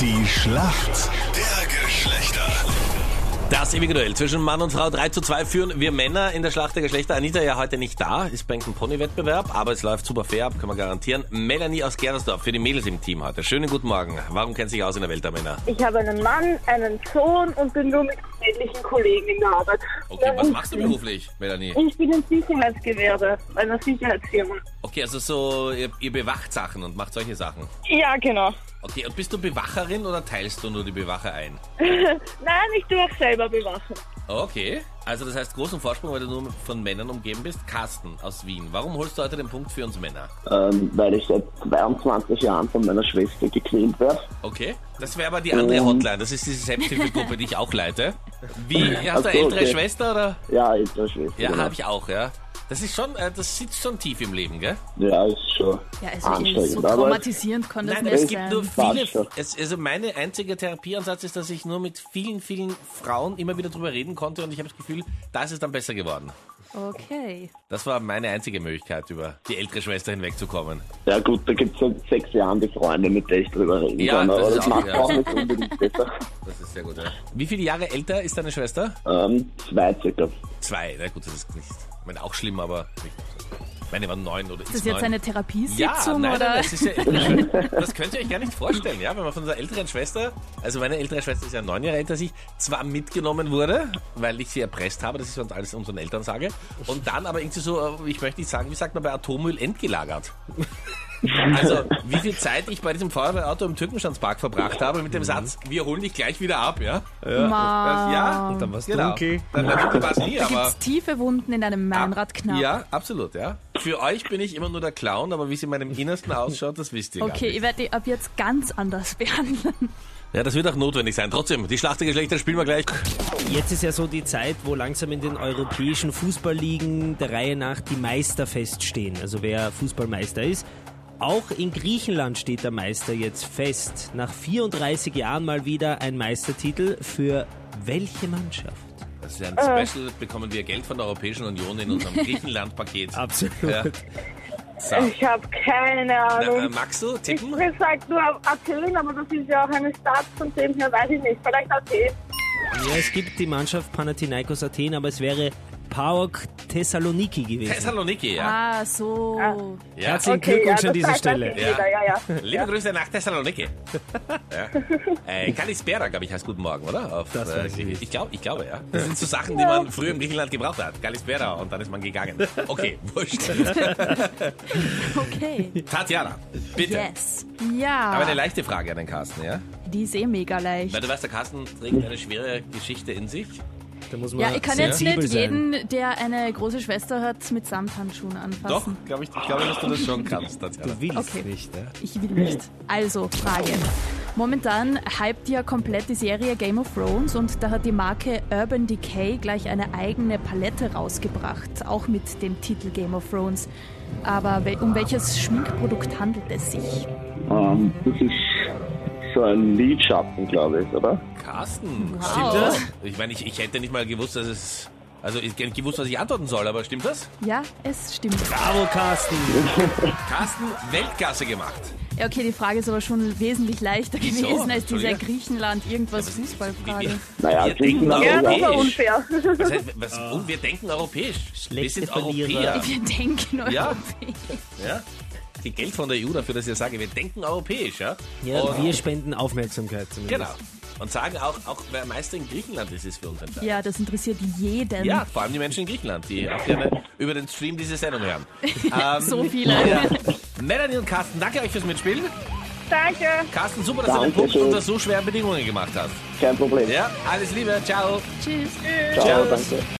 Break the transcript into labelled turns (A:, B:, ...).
A: Die Schlacht der Geschlechter.
B: Das ewige Duell zwischen Mann und Frau 3 zu 2 führen wir Männer in der Schlacht der Geschlechter. Anita ja heute nicht da, ist beim Pony-Wettbewerb, aber es läuft super fair ab, kann man garantieren. Melanie aus Gernsdorf für die Mädels im Team heute. Schönen guten Morgen. Warum kennt sich aus in der Welt der Männer?
C: Ich habe einen Mann, einen Sohn und bin nur mit männlichen Kollegen in der Arbeit.
D: Okay,
C: Ja,
D: was
C: ich
D: machst du
C: bin-
D: beruflich, Melanie?
C: Ich bin im Sicherheitsgewerbe, einer Sicherheitsfirma.
D: Okay, also so, ihr, ihr bewacht Sachen und macht solche Sachen.
C: Ja, genau.
D: Okay, und bist du Bewacherin oder teilst du nur die Bewacher ein?
C: Nein, ich tue auch selber bewachen.
D: Ah, Okay, also das heißt großen Vorsprung, weil du nur von Männern umgeben bist. Carsten aus Wien, warum holst du heute den Punkt für uns Männer?
E: ähm, weil ich seit 22 Jahren von meiner Schwester gequält werde.
D: Okay, das wäre aber die andere Hotline, das ist diese Selbsthilfegruppe, die ich auch leite. Wie, hast
E: Ach
D: du
E: so,
D: eine ältere
E: okay.
D: Schwester oder?
E: Ja, ältere Schwester.
D: Ja,
E: genau.
D: habe ich auch, ja. Das ist schon, äh, das sitzt schon tief im Leben, gell?
E: Ja, ist schon
F: Ja, also irgendwie
E: Ah, anstrengend.
F: so
E: aber
F: traumatisierend kann das
D: Nein,
F: nicht
D: es
F: sein.
D: gibt nur
E: Passt
D: viele.
E: schon.
D: Es, also meine einzige Therapieansatz ist, dass ich nur mit vielen, vielen Frauen immer wieder drüber reden konnte und ich habe das Gefühl, da ist es dann besser geworden.
F: okay.
D: Das war meine einzige Möglichkeit, über die ältere Schwester hinwegzukommen.
E: ja gut, da gibt es seit sechs Jahren die Freunde, mit der ich drüber reden
D: Ja,
E: kann,
D: das
E: aber
D: ist
E: das,
D: auch-
E: macht
D: ja.
E: auch nicht unbedingt besser.
D: Das ist sehr gut, ja. Wie viele Jahre älter ist deine Schwester?
E: Ähm, zwei circa.
D: Zwei. Na gut, das ist nicht. Ich meine, auch schlimm, aber nicht. Ich meine, die waren neun oder
F: Ist das
D: neun.
F: jetzt eine Therapiesitzung
D: ja, nein,
F: oder?
D: Nein, das, ist ja, das könnt ihr euch gar nicht vorstellen, ja, wenn man von unserer älteren Schwester, also meine ältere Schwester ist ja neun Jahre älter als ich, zwar mitgenommen wurde, weil ich sie erpresst habe, das ist sonst alles unseren Eltern sage, und dann aber irgendwie so, äh, ich möchte nicht sagen, wie sagt man bei Atommüll entgelagert. Also, wie viel Zeit ich bei diesem Feuerwehrauto im Türkenstandspark verbracht habe
F: Mhm.
D: mit dem Satz, wir holen dich gleich wieder ab, ja?
F: Ma,
D: Ja, und dann war es dunkel. Dann, dann war es nie, aber...
F: Ah. Genau. gibt's tiefe Wunden in einem Meinradknapp.
D: Ja, absolut, ja. Für euch bin ich immer nur der Clown, aber wie es in meinem Innersten ausschaut, das wisst ihr
F: Okay, ich werde die ab jetzt ganz anders behandeln.
D: Ja, das wird auch notwendig sein. Trotzdem, die Schlacht der Geschlechter spielen wir gleich.
G: Jetzt ist ja so die Zeit, wo langsam in den europäischen Fußballligen der Reihe nach die Meister feststehen. Also wer Fußballmeister ist. Auch in Griechenland steht der Meister jetzt fest. Nach 34 Jahren mal wieder ein Meistertitel für welche Mannschaft?
D: Das ist ja ein Special, bekommen wir Geld von der Europäischen Union in unserem Griechenland-Paket.
G: Absolut.
D: Ja. So.
C: Ich habe keine
D: Na, äh,
C: Ahnung.
D: magst du
C: Äh, Ich
D: tippen?
C: bin sagt nur Athen, aber das ist ja auch eine Stadt, von dem her weiß ich nicht. Vielleicht Athen.
G: Ja, es gibt die Mannschaft Panathinaikos Athen, aber es wäre PAOK Thessaloniki gewesen.
D: Thessaloniki, ja.
F: Ah, so.
D: ja.
G: Herzlichen Glückwunsch an dieser
C: weiß- weiß
G: Stelle.
C: ich wieder, ja, ja.
D: Liebe Grüße nach Thessaloniki. ja. äh, Kalispera, glaube ich, heißt Guten Morgen, oder? Auf,
G: Das
D: äh,
G: weiß ich nicht.
D: ich, glaub, ich glaube, ja. Das sind so Sachen, die man früher im Griechenland gebraucht hat. Kalispera und dann ist man gegangen. Okay, wurscht.
F: Okay.
D: Tatjana, bitte.
F: Yes.
D: Aber eine
F: Ja,
D: leichte Frage an den Carsten, ja?
F: die ist eh mega leicht.
D: Weil du weißt, der Carsten trägt eine schwere Geschichte in sich.
G: Da muss man
F: Ja, ich kann jetzt
G: sensibel
F: nicht
G: sein.
F: jeden, der eine große Schwester hat, mit Samthandschuhen
D: Doch,
F: anfassen.
D: glaube ich, ich glaube, dass du das schon kannst, Tatjana.
G: Du willst
F: Okay.
G: nicht, ja?
F: Ich will nicht. Also, Frage. Momentan hypt ja komplett die Serie Game of Thrones und da hat die Marke Urban Decay gleich eine eigene Palette rausgebracht, auch mit dem Titel Game of Thrones. Aber wel- um welches Schminkprodukt handelt es sich?
E: Ähm, das ist so ein Lidschatten, glaube ich, oder?
D: Carsten,
F: Wow.
D: stimmt das? Ich meine, ich, ich hätte nicht mal gewusst, dass es... Also ich hätte gewusst, was ich antworten soll, aber stimmt das?
F: Ja, es stimmt.
G: Bravo, Carsten!
D: Carsten, Weltklasse gemacht.
F: Ja, okay, die Frage ist aber schon wesentlich leichter
D: Wieso?
F: gewesen als diese
D: Entschuldige.
F: Griechenland-Irgendwas-Fußballfrage.
E: Naja,
D: wir denken
E: Griechenland
C: Ja, das war
D: europäisch.
C: unfair.
D: Das heißt, was, und wir denken europäisch. wir
G: Schlechte
D: sind
G: Verlierer.
D: Europäer.
F: Wir denken
D: Ja.
F: europäisch.
D: Ja? Die Geld von der EU dafür, dass ich sage, wir denken europäisch, ja?
G: Ja,
D: und,
G: wir spenden Aufmerksamkeit zumindest.
D: Oh. Genau. Und sagen auch, auch wer Meister in Griechenland ist, ist für uns entscheidend.
F: Ja, das interessiert jeden.
D: Ja, vor allem die Menschen in Griechenland, die auch gerne über den Stream diese Sendung hören. Ähm,
F: So viele.
D: Ja. Melanie und Carsten, danke euch fürs Mitspielen.
C: Danke.
D: Carsten, super, dass du den
E: Dankeschön.
D: Punkt unter so schweren Bedingungen gemacht hast.
E: Kein Problem.
D: Ja, alles Liebe, ciao.
F: Tschüss.
E: Ciao,
D: Tschüss.
E: danke.